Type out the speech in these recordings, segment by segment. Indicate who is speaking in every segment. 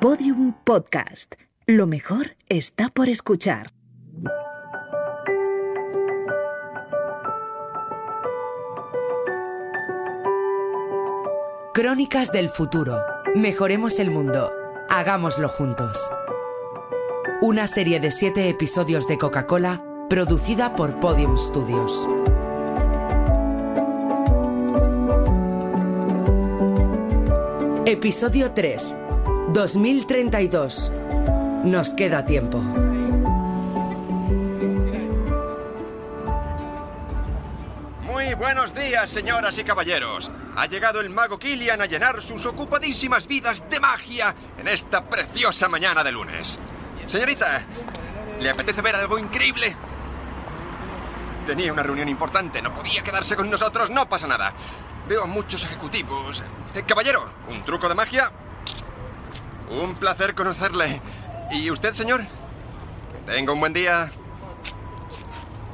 Speaker 1: Podium Podcast. Lo mejor está por escuchar.
Speaker 2: Crónicas del futuro. Mejoremos el mundo. Hagámoslo juntos. Una serie de siete episodios de Coca-Cola producida por Podium Studios. Episodio 3. 2032. Nos queda tiempo.
Speaker 3: Muy buenos días, señoras y caballeros. Ha llegado el mago Killian a llenar sus ocupadísimas vidas de magia en esta preciosa mañana de lunes. Señorita, ¿le apetece ver algo increíble? Tenía una reunión importante, no podía quedarse con nosotros, no pasa nada. Veo a muchos ejecutivos. Eh, caballero, ¿un truco de magia? Un placer conocerle. ¿Y usted, señor? Que tenga un buen día.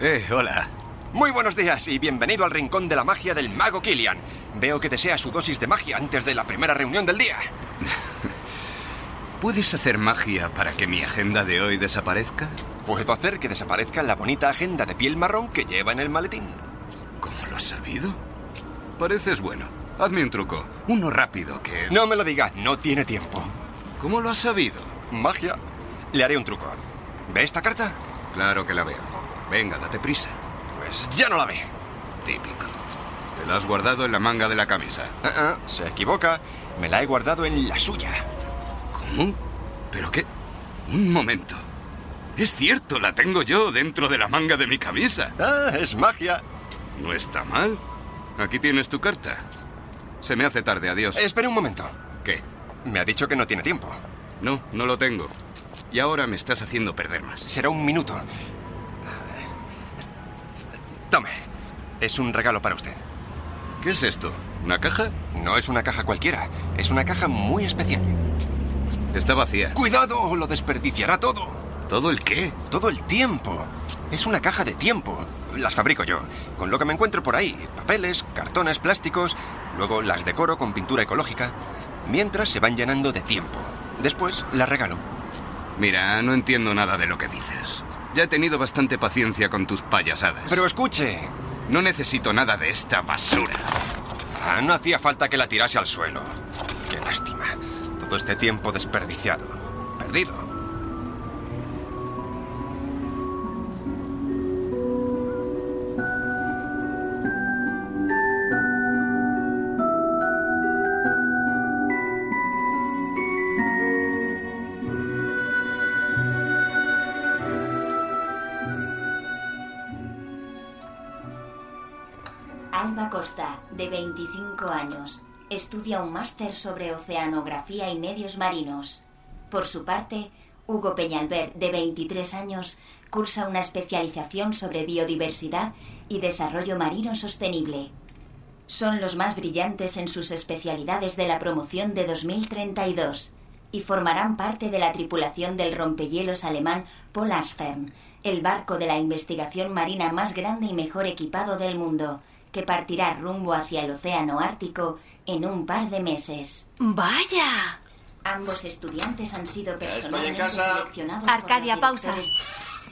Speaker 4: Eh, hola.
Speaker 3: Muy buenos días y bienvenido al rincón de la magia del mago Killian. Veo que desea su dosis de magia antes de la primera reunión del día.
Speaker 4: ¿Puedes hacer magia para que mi agenda de hoy desaparezca?
Speaker 3: Puedo hacer que desaparezca la bonita agenda de piel marrón que lleva en el maletín.
Speaker 4: ¿Cómo lo has sabido? Pareces bueno. Hazme un truco. Uno rápido que...
Speaker 3: No me lo diga, no tiene tiempo.
Speaker 4: ¿Cómo lo has sabido?
Speaker 3: Magia. Le haré un truco. ¿Ve esta carta?
Speaker 4: Claro que la veo. Venga, date prisa.
Speaker 3: Pues ya no la ve.
Speaker 4: Típico. Te la has guardado en la manga de la camisa.
Speaker 3: Ah, ah, se equivoca. Me la he guardado en la suya.
Speaker 4: ¿Cómo? ¿Pero qué? Un momento. Es cierto, la tengo yo dentro de la manga de mi camisa.
Speaker 3: Ah, es magia.
Speaker 4: No está mal. Aquí tienes tu carta. Se me hace tarde, adiós.
Speaker 3: Espere un momento.
Speaker 4: ¿Qué?
Speaker 3: Me ha dicho que no tiene tiempo.
Speaker 4: No, no lo tengo. Y ahora me estás haciendo perder más.
Speaker 3: Será un minuto. Tome. Es un regalo para usted.
Speaker 4: ¿Qué es esto? ¿Una caja?
Speaker 3: No es una caja cualquiera. Es una caja muy especial.
Speaker 4: Está vacía.
Speaker 3: Cuidado o lo desperdiciará todo.
Speaker 4: ¿Todo el qué?
Speaker 3: Todo el tiempo. Es una caja de tiempo. Las fabrico yo. Con lo que me encuentro por ahí. Papeles, cartones, plásticos. Luego las decoro con pintura ecológica. Mientras se van llenando de tiempo. Después las regalo.
Speaker 4: Mira, no entiendo nada de lo que dices. Ya he tenido bastante paciencia con tus payasadas.
Speaker 3: Pero escuche.
Speaker 4: no necesito nada de esta basura.
Speaker 3: Ah, no hacía falta que la tirase al suelo. Qué lástima. Todo este tiempo desperdiciado. Perdido.
Speaker 5: Alba Costa, de 25 años, estudia un máster sobre oceanografía y medios marinos. Por su parte, Hugo Peñalver, de 23 años, cursa una especialización sobre biodiversidad y desarrollo marino sostenible. Son los más brillantes en sus especialidades de la promoción de 2032 y formarán parte de la tripulación del rompehielos alemán Polar Stern, el barco de la investigación marina más grande y mejor equipado del mundo, que partirá rumbo hacia el Océano Ártico en un par de meses.
Speaker 6: ¡Vaya!
Speaker 5: Ambos estudiantes han sido personalmente
Speaker 3: casa.
Speaker 5: seleccionados. por
Speaker 6: Arcadia,
Speaker 5: los
Speaker 6: pausa.
Speaker 5: directores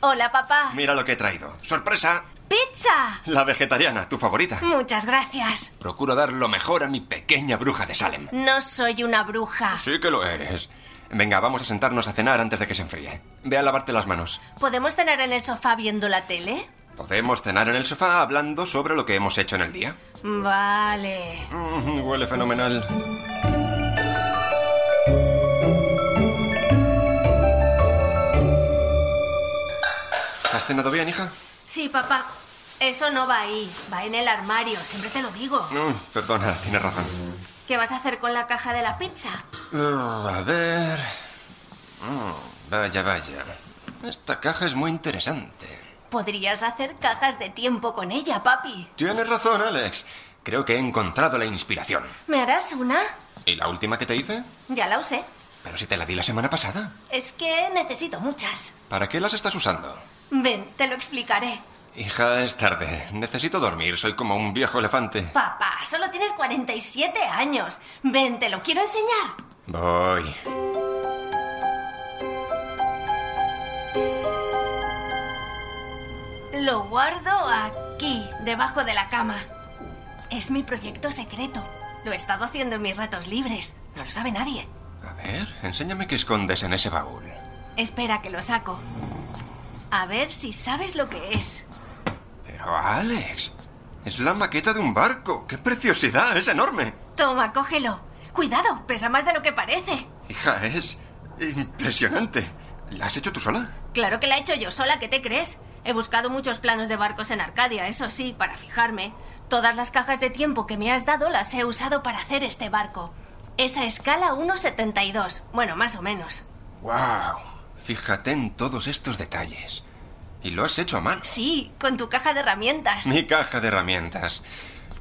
Speaker 6: Hola, papá.
Speaker 3: Mira lo que he traído. ¡Sorpresa!
Speaker 6: ¡Pizza!
Speaker 3: La vegetariana, tu favorita.
Speaker 6: Muchas gracias.
Speaker 3: Procuro dar lo mejor a mi pequeña bruja de Salem.
Speaker 6: No soy una bruja.
Speaker 3: Sí que lo eres. Venga, vamos a sentarnos a cenar antes de que se enfríe. Ve a lavarte las manos.
Speaker 6: ¿Podemos cenar en el sofá viendo la tele?
Speaker 3: Podemos cenar en el sofá hablando sobre lo que hemos hecho en el día.
Speaker 6: Vale.
Speaker 3: Mm, huele fenomenal. ¿Has cenado bien, hija?
Speaker 6: Sí, papá. Eso no va ahí. Va en el armario. Siempre te lo digo.
Speaker 3: Mm, perdona, tienes razón.
Speaker 6: ¿Qué vas a hacer con la caja de la pizza?
Speaker 3: Uh, a ver... Mm, vaya, vaya. Esta caja es muy interesante.
Speaker 6: Podrías hacer cajas de tiempo con ella, papi.
Speaker 3: Tienes razón, Alex. Creo que he encontrado la inspiración.
Speaker 6: ¿Me harás una?
Speaker 3: ¿Y la última que te hice?
Speaker 6: Ya la usé.
Speaker 3: Pero si te la di la semana pasada.
Speaker 6: Es que necesito muchas.
Speaker 3: ¿Para qué las estás usando?
Speaker 6: Ven, te lo explicaré.
Speaker 3: Hija, es tarde. Necesito dormir. Soy como un viejo elefante.
Speaker 6: Papá, solo tienes 47 años. Ven, te lo quiero enseñar.
Speaker 3: Voy.
Speaker 6: Lo guardo aquí, debajo de la cama. Es mi proyecto secreto. Lo he estado haciendo en mis ratos libres. No lo sabe nadie.
Speaker 3: A ver, enséñame qué escondes en ese baúl.
Speaker 6: Espera que lo saco. A ver si sabes lo que es.
Speaker 3: Pero Alex, es la maqueta de un barco. ¡Qué preciosidad! ¡Es enorme!
Speaker 6: Toma, cógelo. Cuidado, pesa más de lo que parece.
Speaker 3: Hija, es impresionante. ¿La has hecho tú sola?
Speaker 6: Claro que la he hecho yo sola, ¿qué te crees? He buscado muchos planos de barcos en Arcadia, eso sí, para fijarme. Todas las cajas de tiempo que me has dado las he usado para hacer este barco. Esa escala 1,72. Bueno, más o menos.
Speaker 3: ¡Wow! Fíjate en todos estos detalles. Y lo has hecho a mano.
Speaker 6: Sí, con tu caja de herramientas.
Speaker 3: Mi caja de herramientas.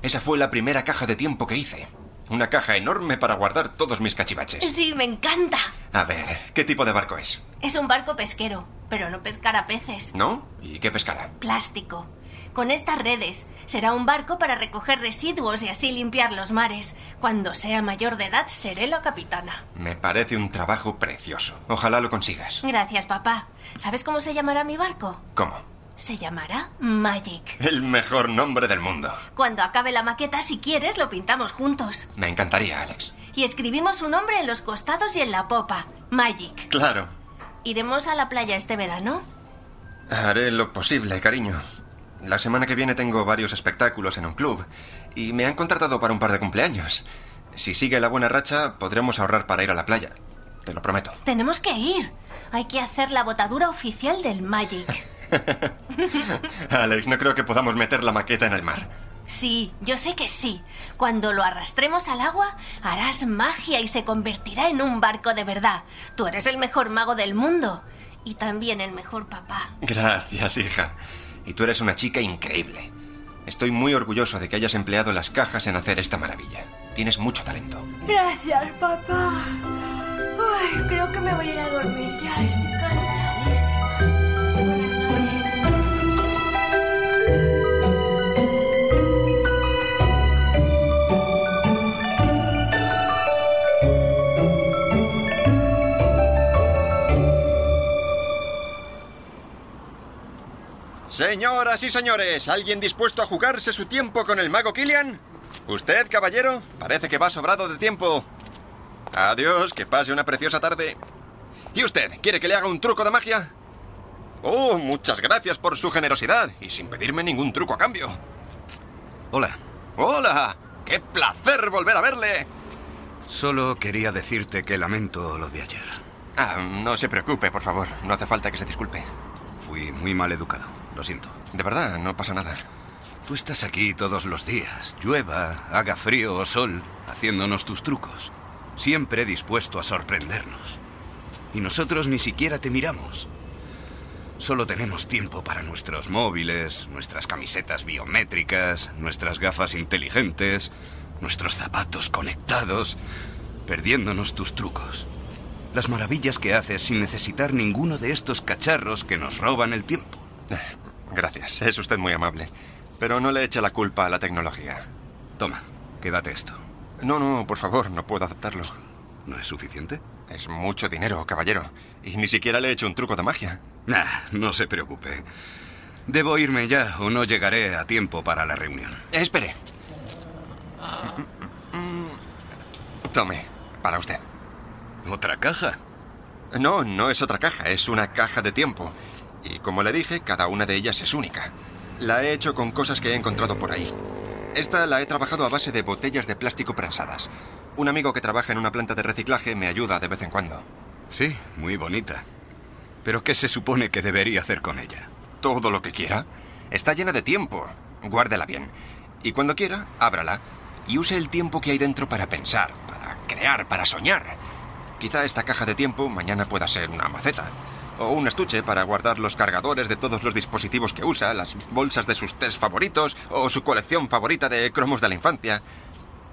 Speaker 3: Esa fue la primera caja de tiempo que hice. Una caja enorme para guardar todos mis cachivaches.
Speaker 6: Sí, me encanta.
Speaker 3: A ver, ¿qué tipo de barco es?
Speaker 6: Es un barco pesquero, pero no pescar a peces.
Speaker 3: ¿No? ¿Y qué pescará?
Speaker 6: Plástico. Con estas redes será un barco para recoger residuos y así limpiar los mares. Cuando sea mayor de edad seré la capitana.
Speaker 3: Me parece un trabajo precioso. Ojalá lo consigas.
Speaker 6: Gracias, papá. ¿Sabes cómo se llamará mi barco?
Speaker 3: ¿Cómo?
Speaker 6: Se llamará Magic.
Speaker 3: El mejor nombre del mundo.
Speaker 6: Cuando acabe la maqueta, si quieres, lo pintamos juntos.
Speaker 3: Me encantaría, Alex.
Speaker 6: Y escribimos su nombre en los costados y en la popa. Magic.
Speaker 3: Claro.
Speaker 6: ¿Iremos a la playa este verano?
Speaker 3: Haré lo posible, cariño. La semana que viene tengo varios espectáculos en un club y me han contratado para un par de cumpleaños. Si sigue la buena racha, podremos ahorrar para ir a la playa. Te lo prometo.
Speaker 6: Tenemos que ir. Hay que hacer la botadura oficial del Magic.
Speaker 3: Alex, no creo que podamos meter la maqueta en el mar.
Speaker 6: Sí, yo sé que sí. Cuando lo arrastremos al agua, harás magia y se convertirá en un barco de verdad. Tú eres el mejor mago del mundo y también el mejor papá.
Speaker 3: Gracias, hija. Y tú eres una chica increíble. Estoy muy orgulloso de que hayas empleado las cajas en hacer esta maravilla. Tienes mucho talento.
Speaker 7: Gracias, papá. Ay, creo que me voy a ir a dormir ya. Estoy cansadísima. Buenas noches.
Speaker 3: Señoras y señores, ¿alguien dispuesto a jugarse su tiempo con el mago Killian? ¿Usted, caballero? Parece que va sobrado de tiempo. Adiós, que pase una preciosa tarde. ¿Y usted? ¿Quiere que le haga un truco de magia? Oh, muchas gracias por su generosidad y sin pedirme ningún truco a cambio.
Speaker 8: Hola,
Speaker 3: ¡Hola! ¡Qué placer volver a verle!
Speaker 8: solo quería decirte que lamento lo de ayer.
Speaker 3: Ah, no se preocupe, por favor. No hace falta que se disculpe.
Speaker 8: Fui muy mal educado, lo siento.
Speaker 3: De verdad, no pasa nada.
Speaker 8: Tú estás aquí todos los días, llueva, haga frío o sol, haciéndonos tus trucos, siempre dispuesto a sorprendernos. Y nosotros ni siquiera te miramos. Solo tenemos tiempo para nuestros móviles, nuestras camisetas biométricas, nuestras gafas inteligentes, nuestros zapatos conectados, perdiéndonos tus trucos. Las maravillas que haces sin necesitar ninguno de estos cacharros que nos roban el tiempo.
Speaker 3: Gracias, es usted muy amable. Pero no le eche la culpa a la tecnología.
Speaker 8: Toma, quédate esto.
Speaker 3: No, no, por favor, no puedo aceptarlo.
Speaker 8: ¿No es suficiente?
Speaker 3: Es mucho dinero, caballero. Y ni siquiera le he hecho un truco de magia.
Speaker 8: Nah, no se preocupe. Debo irme ya o no llegaré a tiempo para la reunión.
Speaker 3: Eh, espere. Mm, Tome, para usted.
Speaker 8: ¿Otra caja?
Speaker 3: No, no es otra caja, es una caja de tiempo. Y como le dije, cada una de ellas es única. La he hecho con cosas que he encontrado por ahí. Esta la he trabajado a base de botellas de plástico prensadas. Un amigo que trabaja en una planta de reciclaje me ayuda de vez en cuando.
Speaker 8: Sí, muy bonita. Pero ¿qué se supone que debería hacer con ella?
Speaker 3: Todo lo que quiera. Está llena de tiempo. Guárdela bien. Y cuando quiera, ábrala. Y use el tiempo que hay dentro para pensar, para crear, para soñar. Quizá esta caja de tiempo mañana pueda ser una maceta. O un estuche para guardar los cargadores de todos los dispositivos que usa, las bolsas de sus test favoritos o su colección favorita de cromos de la infancia.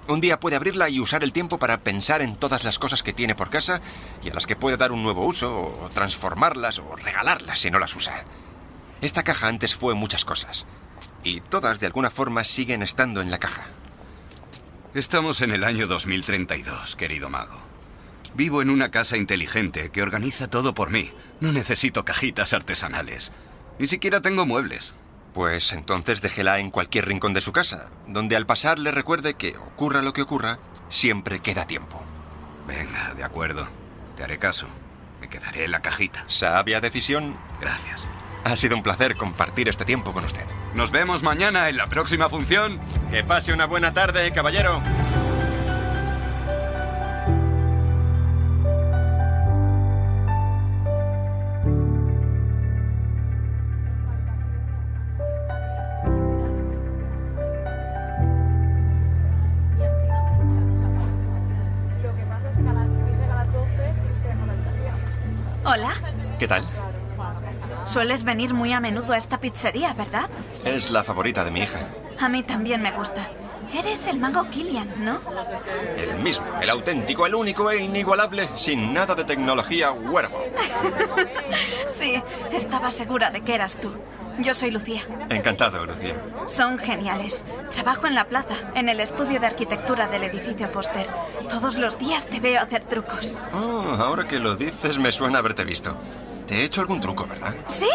Speaker 3: Un día puede abrirla y usar el tiempo para pensar en todas las cosas que tiene por casa y a las que puede dar un nuevo uso o transformarlas o regalarlas si no las usa. Esta caja antes fue muchas cosas y todas de alguna forma siguen estando en la caja.
Speaker 8: Estamos en el año 2032, querido mago. Vivo en una casa inteligente que organiza todo por mí. No necesito cajitas artesanales. Ni siquiera tengo muebles.
Speaker 3: Pues entonces déjela en cualquier rincón de su casa, donde al pasar le recuerde que, ocurra lo que ocurra, siempre queda tiempo.
Speaker 8: Venga, de acuerdo. Te haré caso. Me quedaré en la cajita.
Speaker 3: Sabia decisión.
Speaker 8: Gracias.
Speaker 3: Ha sido un placer compartir este tiempo con usted.
Speaker 8: Nos vemos mañana en la próxima función.
Speaker 3: Que pase una buena tarde, caballero.
Speaker 9: Hola.
Speaker 3: ¿Qué tal?
Speaker 9: Sueles venir muy a menudo a esta pizzería, ¿verdad?
Speaker 3: Es la favorita de mi hija.
Speaker 9: A mí también me gusta. Eres el mago Killian, ¿no?
Speaker 3: El mismo, el auténtico, el único e inigualable, sin nada de tecnología huervo.
Speaker 9: sí, estaba segura de que eras tú. Yo soy Lucía.
Speaker 3: Encantado, Lucía.
Speaker 9: Son geniales. Trabajo en la plaza, en el estudio de arquitectura del edificio Foster. Todos los días te veo hacer trucos.
Speaker 3: Oh, ahora que lo dices me suena haberte visto. Te he hecho algún truco, ¿verdad?
Speaker 9: Sí,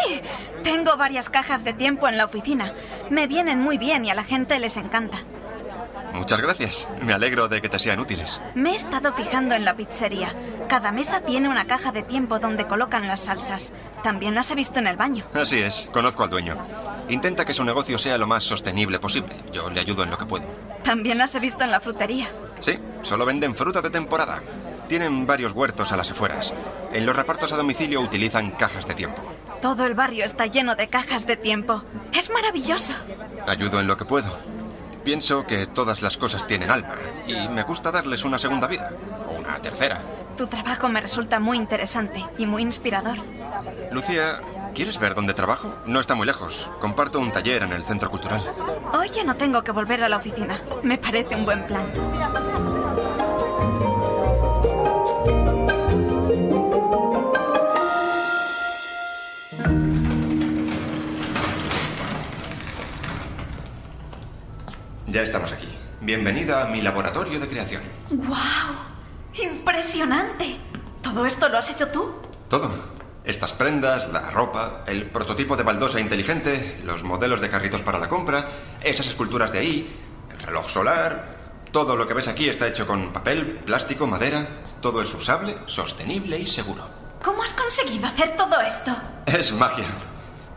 Speaker 9: tengo varias cajas de tiempo en la oficina. Me vienen muy bien y a la gente les encanta.
Speaker 3: Muchas gracias. Me alegro de que te sean útiles.
Speaker 9: Me he estado fijando en la pizzería. Cada mesa tiene una caja de tiempo donde colocan las salsas. También las he visto en el baño.
Speaker 3: Así es, conozco al dueño. Intenta que su negocio sea lo más sostenible posible. Yo le ayudo en lo que puedo.
Speaker 9: También las he visto en la frutería.
Speaker 3: Sí, solo venden fruta de temporada. Tienen varios huertos a las afueras. En los repartos a domicilio utilizan cajas de tiempo.
Speaker 9: Todo el barrio está lleno de cajas de tiempo. Es maravilloso.
Speaker 3: Ayudo en lo que puedo pienso que todas las cosas tienen alma y me gusta darles una segunda vida o una tercera.
Speaker 9: Tu trabajo me resulta muy interesante y muy inspirador.
Speaker 3: Lucía, ¿quieres ver dónde trabajo? No está muy lejos. Comparto un taller en el centro cultural.
Speaker 9: Hoy ya no tengo que volver a la oficina. Me parece un buen plan.
Speaker 3: Ya estamos aquí. Bienvenida a mi laboratorio de creación.
Speaker 9: ¡Guau! ¡Impresionante! ¿Todo esto lo has hecho tú?
Speaker 3: Todo. Estas prendas, la ropa, el prototipo de baldosa inteligente, los modelos de carritos para la compra, esas esculturas de ahí, el reloj solar. Todo lo que ves aquí está hecho con papel, plástico, madera. Todo es usable, sostenible y seguro.
Speaker 9: ¿Cómo has conseguido hacer todo esto?
Speaker 3: Es magia.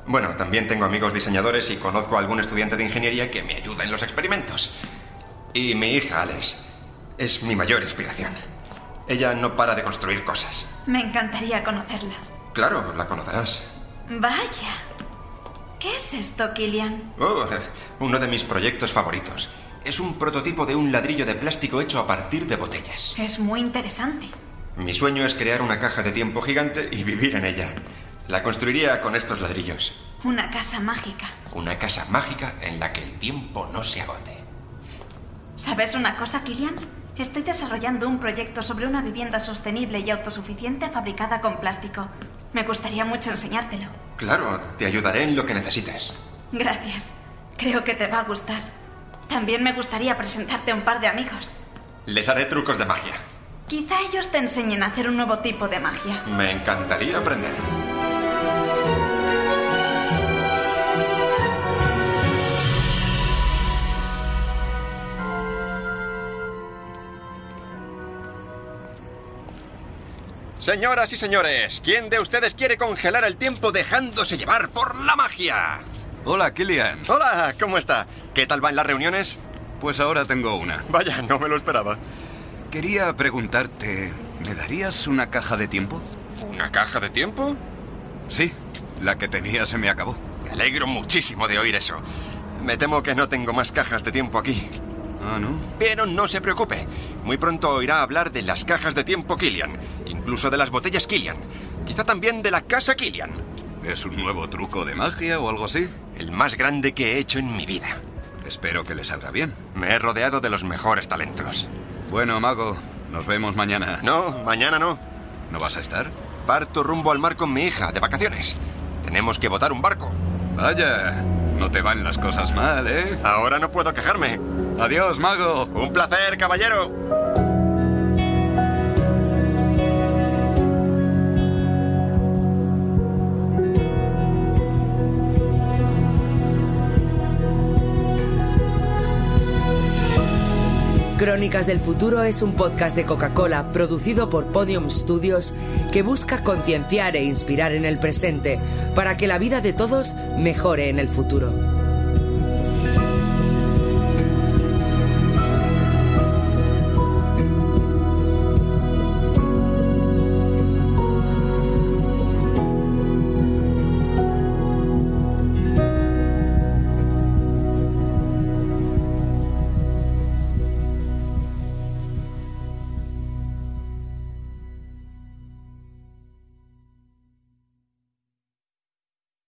Speaker 3: Bueno, también tengo amigos diseñadores y conozco a algún estudiante de ingeniería que me ayuda en los experimentos. Y mi hija, Alex, es mi mayor inspiración. Ella no para de construir cosas.
Speaker 9: Me encantaría conocerla.
Speaker 3: Claro, la conocerás.
Speaker 9: Vaya. ¿Qué es esto, Killian?
Speaker 3: Oh, uno de mis proyectos favoritos. Es un prototipo de un ladrillo de plástico hecho a partir de botellas.
Speaker 9: Es muy interesante.
Speaker 3: Mi sueño es crear una caja de tiempo gigante y vivir en ella. La construiría con estos ladrillos.
Speaker 9: Una casa mágica.
Speaker 3: Una casa mágica en la que el tiempo no se agote.
Speaker 9: ¿Sabes una cosa, Kilian? Estoy desarrollando un proyecto sobre una vivienda sostenible y autosuficiente fabricada con plástico. Me gustaría mucho enseñártelo.
Speaker 3: Claro, te ayudaré en lo que necesites.
Speaker 9: Gracias. Creo que te va a gustar. También me gustaría presentarte a un par de amigos.
Speaker 3: Les haré trucos de magia.
Speaker 9: Quizá ellos te enseñen a hacer un nuevo tipo de magia.
Speaker 3: Me encantaría aprender. Señoras y señores, ¿quién de ustedes quiere congelar el tiempo dejándose llevar por la magia?
Speaker 8: Hola, Killian.
Speaker 3: Hola, ¿cómo está? ¿Qué tal van las reuniones?
Speaker 8: Pues ahora tengo una.
Speaker 3: Vaya, no me lo esperaba.
Speaker 8: Quería preguntarte, ¿me darías una caja de tiempo?
Speaker 3: ¿Una caja de tiempo?
Speaker 8: Sí, la que tenía se me acabó.
Speaker 3: Me alegro muchísimo de oír eso. Me temo que no tengo más cajas de tiempo aquí.
Speaker 8: Ah, ¿no?
Speaker 3: Pero no se preocupe. Muy pronto oirá hablar de las cajas de tiempo Killian, incluso de las botellas Killian, quizá también de la casa Killian.
Speaker 8: ¿Es un nuevo truco de magia o algo así?
Speaker 3: El más grande que he hecho en mi vida.
Speaker 8: Espero que le salga bien.
Speaker 3: Me he rodeado de los mejores talentos.
Speaker 8: Bueno, mago, nos vemos mañana.
Speaker 3: No, mañana no.
Speaker 8: ¿No vas a estar?
Speaker 3: Parto rumbo al mar con mi hija, de vacaciones. Tenemos que botar un barco.
Speaker 8: Vaya, no te van las cosas mal, ¿eh?
Speaker 3: Ahora no puedo quejarme.
Speaker 8: Adiós, mago.
Speaker 3: Un placer, caballero.
Speaker 2: Crónicas del Futuro es un podcast de Coca-Cola producido por Podium Studios que busca concienciar e inspirar en el presente para que la vida de todos mejore en el futuro.